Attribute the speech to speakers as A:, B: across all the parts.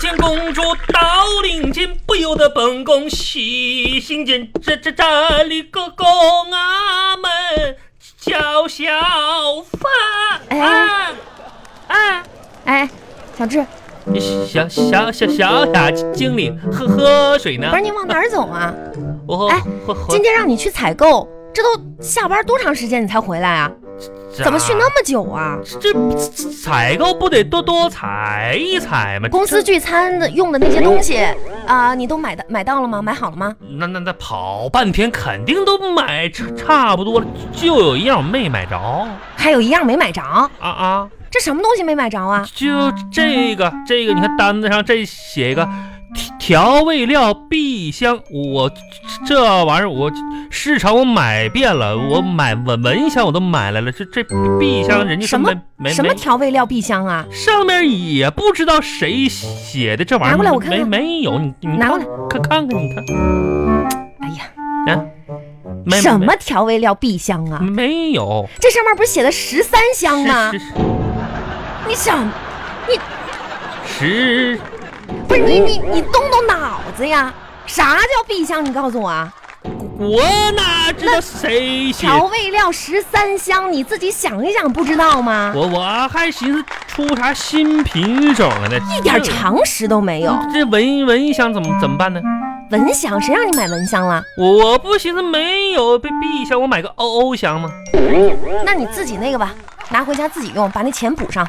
A: 见公主到林间，不由得本宫喜心间。这这这里个公阿门叫小贩。
B: 哎
A: 啊，
B: 哎，小智，
A: 小小小小雅精灵喝喝水呢
B: 不是。你往哪儿走 啊？
A: 我
B: 哎
A: 回回
B: 今天让你去采购，这都下班多长时间你才回来啊？怎么去那么久啊？
A: 这这采购不得多多采一采吗？
B: 公司聚餐的用的那些东西
A: 哎
B: 啊、你都买的买到了吗？买好了吗？
A: 那那那跑半天，肯定都买差差不多了，就有一样没买着
B: 还有一样没买着，
A: 啊啊！
B: 这什么东西没买着啊？
A: 就这个这个，你看单子上这写一个调调味料必香，我这玩意儿我市场我买遍了，我买闻闻一下我都买来了，这这必香人家说
B: 什么
A: 没没
B: 什么
A: 没
B: 调味料必香啊？
A: 上面也不知道谁写的这玩意儿，
B: 拿过来我看看
A: 没没有你你
B: 拿过
A: 看看看看你看
B: 哎呀，
A: 没
B: 什么调味料必香啊
A: 没？没有
B: 这上面不是写的十三香吗
A: 是？是
B: 你想，
A: 十
B: 不是你你你动动脑子呀？啥叫必香？你告诉我啊！
A: 我哪知道谁写？
B: 调味料十三香，你自己想一想，不知道吗？
A: 我我还寻思出啥新品种了呢，
B: 一点常识都没有。
A: 这闻一闻一香怎么怎么办呢？
B: 蚊香，谁让你买蚊香了？
A: 我我不寻思没有被闭香，我买个欧欧香吗？
B: 那你自己那个吧，拿回家自己用，把那钱补上。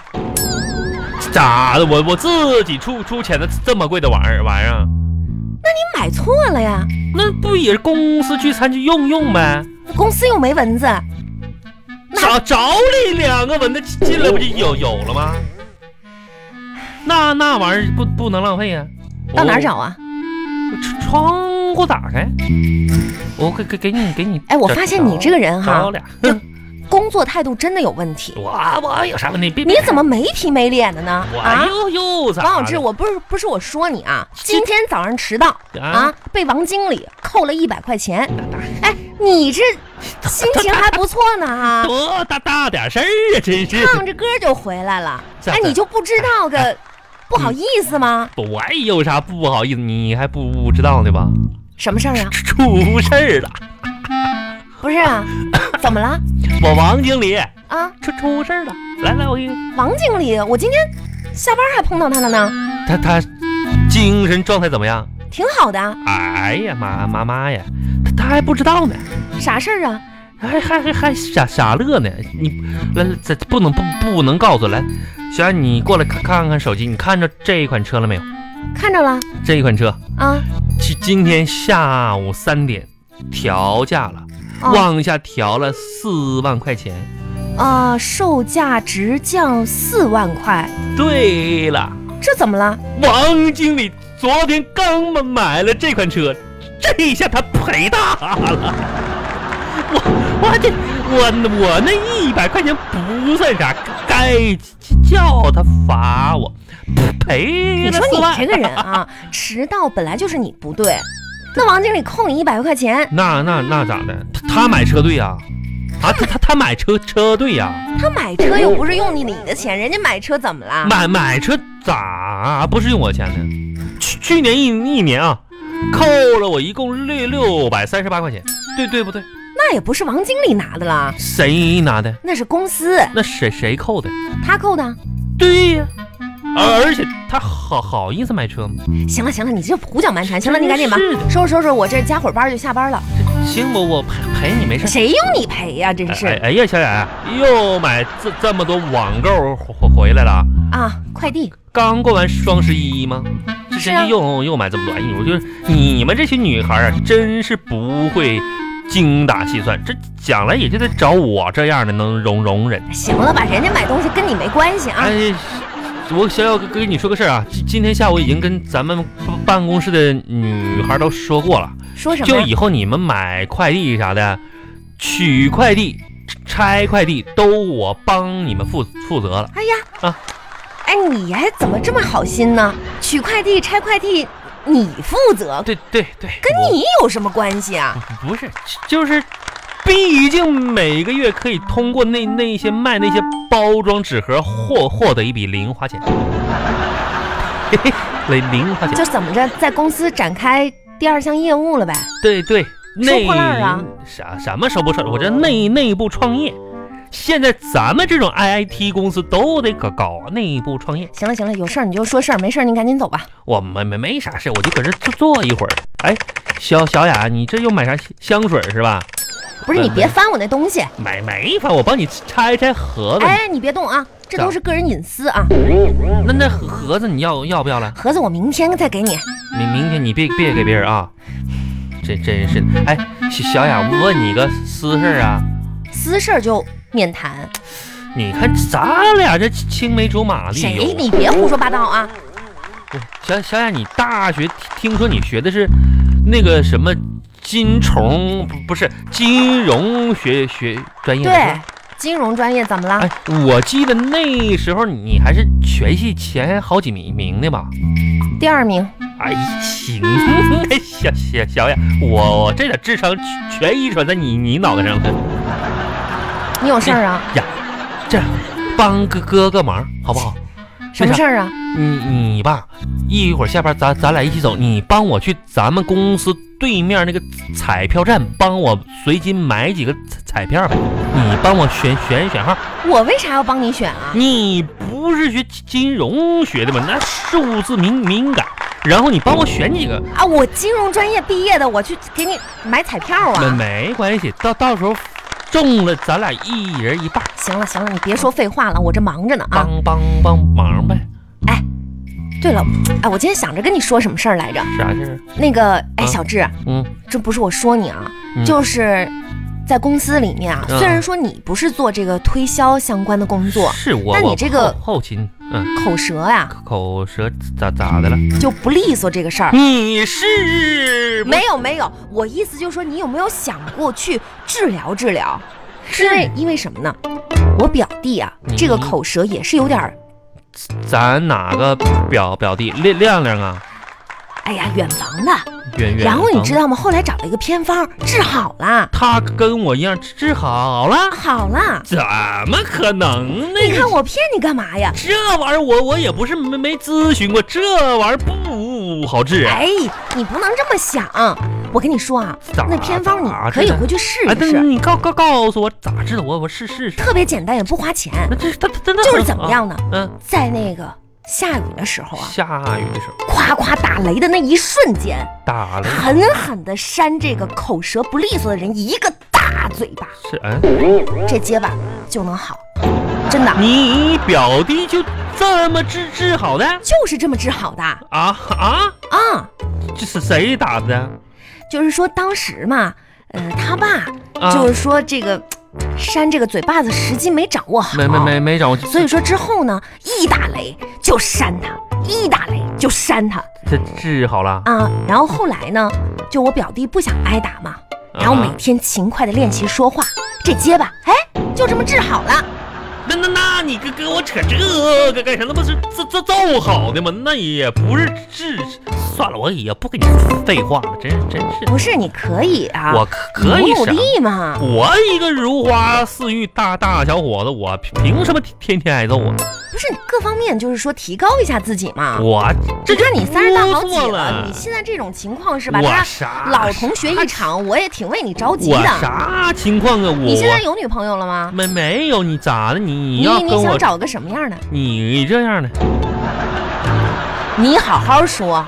A: 咋的？我我自己出出钱的这么贵的玩意儿啊玩意儿，
B: 你买错了呀，
A: 那不也是公司聚餐就用用呗？
B: 公司又没蚊子。那
A: 找找你两个蚊子进来不就有有了吗？那那玩意儿不不能浪费呀、
B: 到哪儿
A: 我
B: 找啊？
A: 窗窗户打开，我给给给你给你。
B: 哎，我发现你这
A: 个
B: 个人
A: 找
B: 哈，嗯
A: 俩，
B: 工作态度真的有问题。
A: 我我有啥问题？别
B: 你怎么没皮没脸的呢？啊
A: 我，又又咋的？
B: 王小志，我不是不是我说你啊，今天早上迟到
A: 啊
B: 啊，被王经理扣了一百块钱。哎，你这心情还不错呢 啊。
A: 多大大点事儿啊，真是！
B: 唱着歌就回来了，
A: 这
B: 哎，你就不知道
A: 哎
B: 个不好意思吗？
A: 我有啥不好意思？你还不知道呢吧？
B: 什么事儿啊？
A: 出事儿了！
B: 不 是啊，怎么了
A: 我王经理
B: 啊？
A: 出出事儿了！来来，我给你。
B: 王经理，我今天下班还碰到他了呢，
A: 他他精神状态怎么样？
B: 挺好的啊，
A: 哎呀妈妈妈呀，他他还不知道呢，
B: 啥事儿啊？
A: 还还还还傻傻乐呢。你来来，这不能不不能告诉来，小冉你过来看看看手机，你看着这一款车了没有？
B: 看着了
A: 这一款车
B: 啊，
A: 今今天下午三点调价了，
B: 哦
A: 往下调了四万块钱。
B: 啊，售价直降四万块，
A: 对了，
B: 这怎么了？
A: 王经理昨天刚买买了这款车，这一下他赔大了。我我这我我那一百块钱不算啥，该叫他罚我赔
B: 你
A: 了
B: 说
A: 四
B: 你这
A: 万。
B: 个人 啊，迟到本来就是你不对，那王经理扣你一百块钱，
A: 那那那咋的？他他买车队呀、啊？他他他买车车队啊呀、
B: 他买车又不是用你你的钱，人家买车怎么了？
A: 买买车咋不是用我钱呢？去去年一一年啊，扣了我一共六六百三十八块钱，对对不对？
B: 那也不是王经理拿的了，
A: 谁拿的？
B: 那是公司
A: 那谁谁扣的？
B: 他扣的。
A: 对呀、而而且他好好意思买车吗？
B: 行了行了，你这胡搅蛮缠，行了，你赶紧吧
A: 是，的
B: 收拾收拾，我这加会儿班就下班了。
A: 行，我我赔赔你没事。
B: 谁用你赔呀、真是
A: 哎哎呀，小冉又买这这么多网购回回来了啊，
B: 啊！快递
A: 刚过完双十一吗？之
B: 是啊
A: 前又又买这么多，哎呦，我就是你们这些女孩啊，真是不会精打细算，这将来也就得找我这样的能容容忍。
B: 行了吧，人家买东西跟你没关系啊。
A: 哎，我想要跟你说个事儿啊，今今天下午已经跟咱们办公室的女孩都说过了，
B: 说什
A: 就
B: 么呀？
A: 以后你们买快递啥的，取快递、拆快递都我帮你们负负责了。
B: 哎呀
A: 啊
B: 哎，你还怎么这么好心呢？取快递、拆快递，你负责，
A: 对对对，
B: 跟
A: 我
B: 你有什么关系啊？
A: 不是，就是，毕竟每个月可以通过那那些卖那些包装纸盒获获得一笔零花钱。嘿嘿得 零花钱。
B: 就怎么着，在公司展开第二项业务了呗？
A: 对对，内
B: 破烂儿啊
A: 啥什么收不收？我这内内部创业，现在咱们这种 IT 公司都得搞搞啊内部创业。
B: 行了行了，有事儿你就说事儿，没事儿您赶紧走吧。
A: 我没没没啥事，我就搁这坐坐一会儿。哎，小小雅，你这又买啥香水是吧？
B: 不是你别翻我那东西，
A: 买没法，我帮你拆一拆盒子。
B: 哎，你别动啊，这都是个人隐私啊。
A: 那那盒盒子你要要不要了？
B: 盒子我明天再给你。
A: 明明天你别别给别人啊，这真是的。哎，小小雅，我问你个私事儿啊，
B: 私事儿就免谈。
A: 哎你看咱俩这青梅竹马的
B: 谁？
A: 有，哎
B: 你别胡说八道啊！
A: 小小雅，你大学听说你学的是那个什么金虫，不不是金融学学专业的是吧
B: 对，金融专业怎么了？
A: 哎，我记得那时候你还是全系前好几名名的吧？
B: 第二名，
A: 哎，行，哎小小小雅，我我这点智商全全遗传在你你脑袋上了。
B: 你有事儿啊？
A: 这样，帮哥哥个忙好不好？
B: 什么事儿啊？
A: 你你吧，一会儿下班咱咱俩一起走，你帮我去咱们公司对面那个彩票站，帮我随机买几个彩票呗。你帮我选选一选号。
B: 我为啥要帮你选啊？
A: 你不是学金融学的吗？那数字敏敏感，然后你帮我选几个，
B: 啊，我金融专业毕业的，我去给你买彩票
A: 没
B: 啊！
A: 没关系，到到时候中了咱俩一人一半，
B: 行了行了，你别说废话了，我这忙着呢啊。
A: 帮帮帮忙呗，
B: 对了，哎，我今天想着跟你说什么事儿来着？
A: 啥事儿？
B: 那个，
A: 啊
B: 哎，小智，
A: 嗯，
B: 这不是我说你啊，
A: 嗯
B: 就是在公司里面啊，
A: 嗯
B: 虽然说你不是做这个推销相关的工作，
A: 是我，
B: 那你
A: 我
B: 这个
A: 后后勤，嗯，
B: 口舌呀、
A: 口舌咋咋的了？
B: 就不利索这个事儿。
A: 你是
B: 没有没有，我意思就是说，你有没有想过去治疗治疗？因为因为什么呢？我表弟啊，这个
A: 嗯
B: 口舌也是有点儿，
A: 咱哪个表表弟亮亮亮啊？
B: 哎呀，远房的。
A: 圆圆，
B: 然后你
A: 嗯
B: 知道吗？后来找了一个偏方治好了，
A: 他跟我一样治好了，
B: 好了。
A: 怎么可能呢？
B: 你看我骗你干嘛呀？
A: 这玩意儿我我也不是没没咨询过，这玩意儿不好治。
B: 哎，你不能这么想。我跟你说啊，
A: 咋
B: 那偏方你
A: 咋
B: 可以
A: 治的
B: 回去试
A: 哎，
B: 一
A: 但是
B: 试，
A: 你告告告诉我咋治的，我我试试试。
B: 特别简单，也不花钱
A: 那。这他他他那
B: 就是
A: 很
B: 怎么
A: 好？
B: 样呢？
A: 嗯，
B: 在那个下雨的时候啊，
A: 下雨的时候
B: 夸夸打雷的那一瞬间，
A: 打 雷
B: 狠狠地扇这个口舌不利索的人一个大嘴巴，
A: 是嗯，
B: 这结巴就能好，真的
A: 你表弟就这么治治好的
B: 就是这么治好的啊、
A: 啊啊？这是谁打的？
B: 就是说当时嘛，呃，他爸
A: 啊
B: 就是说这个、呃扇这个嘴巴子时机没掌握好，
A: 没没没没找我，
B: 啊所以说之后呢，一打雷就扇他，一打雷就扇他
A: 这治好了。
B: 啊。然后后来呢，就我表弟不想挨打嘛，然后每
A: 啊
B: 天勤快的练习说话，这结巴哎就这么治好了。
A: 那那那你跟跟我扯这个干啥？那不是这这造好的吗？那也不是治。算了，我也不跟你废话了，真真是的。
B: 不是，你可以啊，
A: 我可可以
B: 努努
A: 啥？
B: 力嘛。
A: 我一个如花似玉大大小伙子，我凭凭什么天天天挨揍啊？
B: 不是你各方面就是说提高一下自己嘛。
A: 我
B: 这就是你三十大好
A: 多
B: 几
A: 做
B: 了，
A: 了
B: 你现在这种情况是吧？
A: 我
B: 大
A: 啥
B: 家老同学一场，我也挺为你着急
A: 我
B: 的。
A: 啥情况啊？我
B: 你现在有女朋友了吗？
A: 没没有你咋的？你你
B: 你
A: 要
B: 你
A: 跟
B: 想
A: 我
B: 找个什么样的？
A: 你这样的，
B: 你好好说，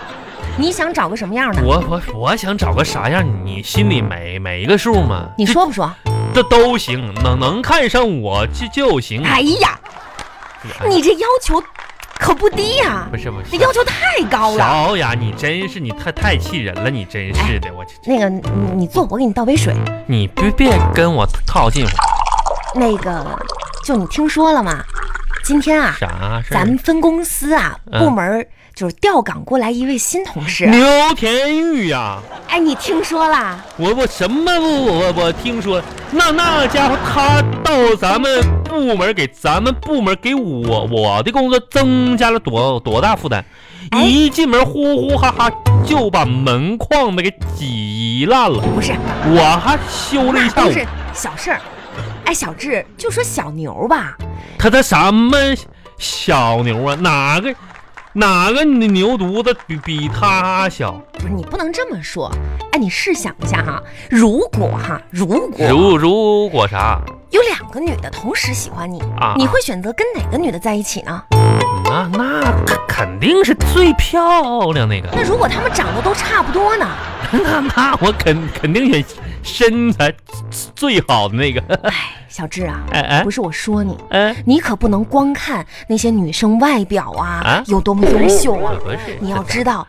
B: 你想找个什么样的？
A: 我我我想找个啥样，你心里没没个数吗？
B: 你说不说？
A: 这都行，能能看上我就就行。
B: 哎呀，
A: 哎
B: 你这要求可不低呀、
A: 不是不是
B: 你，要求太高了。
A: 小雅，你真是你太太气人了，你真是的，我这
B: 那个，你你坐，我给你倒杯水。
A: 你别别跟我套近乎，
B: 那个，就你听说了吗？今天啊，
A: 啥事儿？
B: 咱们分公司啊，
A: 嗯
B: 部门儿就是调岗过来一位新同事。
A: 牛田玉啊呀、
B: 哎，你听说啦？
A: 我我什么我我我听说，那那家伙他到咱们部门给咱们部门给我我的工作增加了多多大负担，
B: 哎
A: 一进门呼呼哈哈就把门框子给挤烂了，
B: 不是，
A: 我还修了一
B: 那
A: 下
B: 都
A: 午。
B: 是小事儿。哎，小智，就说小牛吧，
A: 他他什么小牛啊？哪个哪个你牛犊子比比他小？
B: 不是你不能这么说。哎，你试想一下哈，如果哈，如果
A: 如如果啥
B: 有两个女的同时喜欢你，
A: 啊？
B: 你会选择跟哪个女的在一起呢？
A: 那那肯肯定是最漂亮那个。
B: 那如果她们长得都差不多呢？
A: 那那我肯肯定选身材最好的那个。
B: 哎，小智啊，
A: 哎哎
B: 不是我说你，
A: 哎，
B: 你可不能光看那些女生外表啊，
A: 啊
B: 有多么优秀啊。
A: 不是，
B: 你要知道，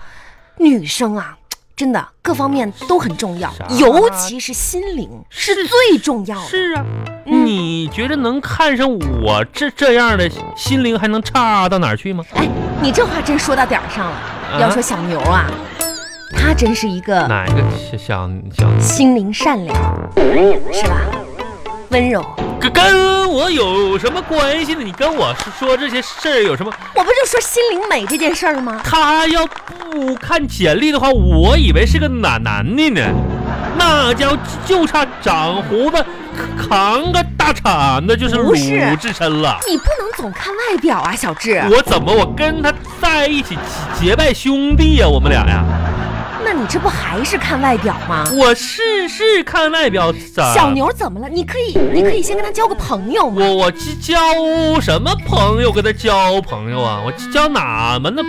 B: 女生啊，真的各方面都很重要
A: 啥，
B: 尤其是心灵
A: 是
B: 是最重要的。
A: 啊是啊，
B: 嗯
A: 你觉得能看上我这这样的心灵还能差到哪儿去吗？
B: 哎，你这话真说到点儿上了。要说小牛啊，他真是一
A: 啊
B: 个
A: 哪个小小小
B: 心灵善良，是吧？温柔，
A: 跟跟我有什么关系呢？你跟我说说这些事儿有什么？
B: 我不就说心灵美这件事儿吗？
A: 他要不看简历的话，我以为是个男男的呢，那家伙就就差长胡子，扛个大铲子就是
B: 不是
A: 鲁智深了。
B: 你不能总看外表啊，小智。
A: 我怎么我跟他在一起结结拜兄弟呀、我们俩呀，
B: 那你这不还是看外表吗？
A: 我啊试试看外表咋？
B: 小牛怎么了？你可以，你可以先跟他交个朋友嘛。
A: 我我交什么朋友？跟他交朋友啊？我交哪门的？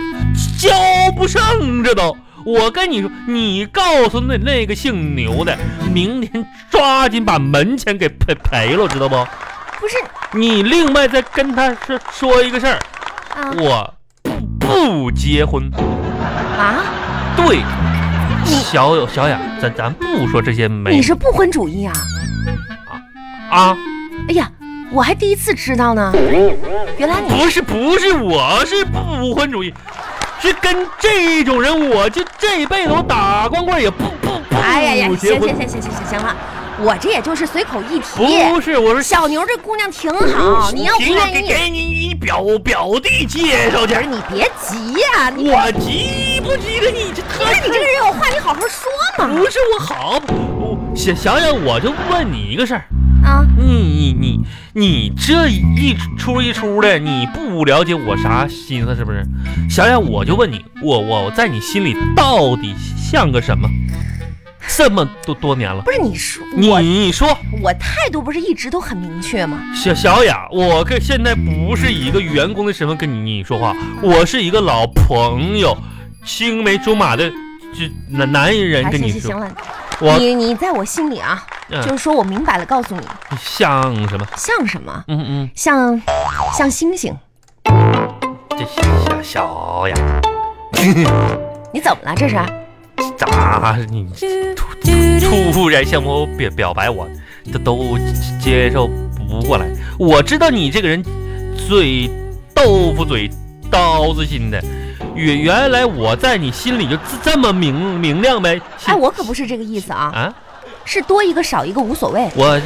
A: 交不上这都。我跟你说，你告诉那那个姓牛的，明天抓紧把门钱给赔赔了，知道不？
B: 不是
A: 你另外再跟他说说一个事儿，
B: 啊
A: 我不不结婚。
B: 啊，
A: 对，
B: 你
A: 小友小雅，咱咱不说这些没
B: 你是不婚主义啊？
A: 啊，
B: 哎呀，我还第一次知道呢。原来你
A: 不是不是，我是不婚主义，是跟这种人，我就这辈子我打光棍也不不不
B: 哎呀呀，
A: 结
B: 行
A: 婚
B: 行行行行行行了，我这也就是随口一提。
A: 不是，我说
B: 小牛这姑娘挺好，你要不
A: 行，我啊给
B: 愿意，
A: 给你你表表弟介绍去
B: 不，是你别急呀、你
A: 我急不急的你这
B: 你看你这个人有话，你好好说嘛。
A: 不是我好，我想想想，我就问你一个事儿，
B: 啊，
A: 你你你你这一出一出的，你不了解我啥心思是不是？想想我就问你，我我在你心里到底像个什么？这么多多年了，
B: 不是你说我
A: 你说
B: 我态度不是一直都很明确吗？
A: 小小雅，我跟现在不是以一个员工的身份跟你你说话，我是一个老朋友，青梅竹马的这男男人
B: 哎，
A: 嗯跟
B: 行
A: 你
B: 行行
A: 说，
B: 了，
A: 我
B: 你你在我心里啊，
A: 嗯
B: 就是说我明白了，告诉你
A: 像什么？
B: 像什么，
A: 嗯嗯，
B: 像像星星。
A: 这小小雅，
B: 你怎么了？这是？啊
A: 咋你突然向我表表白我，这都接受不过来。我知道你这个人嘴豆腐嘴刀子心的，原原来我在你心里就这这么明明亮呗。
B: 哎哎，我可不是这个意思啊，
A: 啊，
B: 是多一个少一个无所谓。
A: 我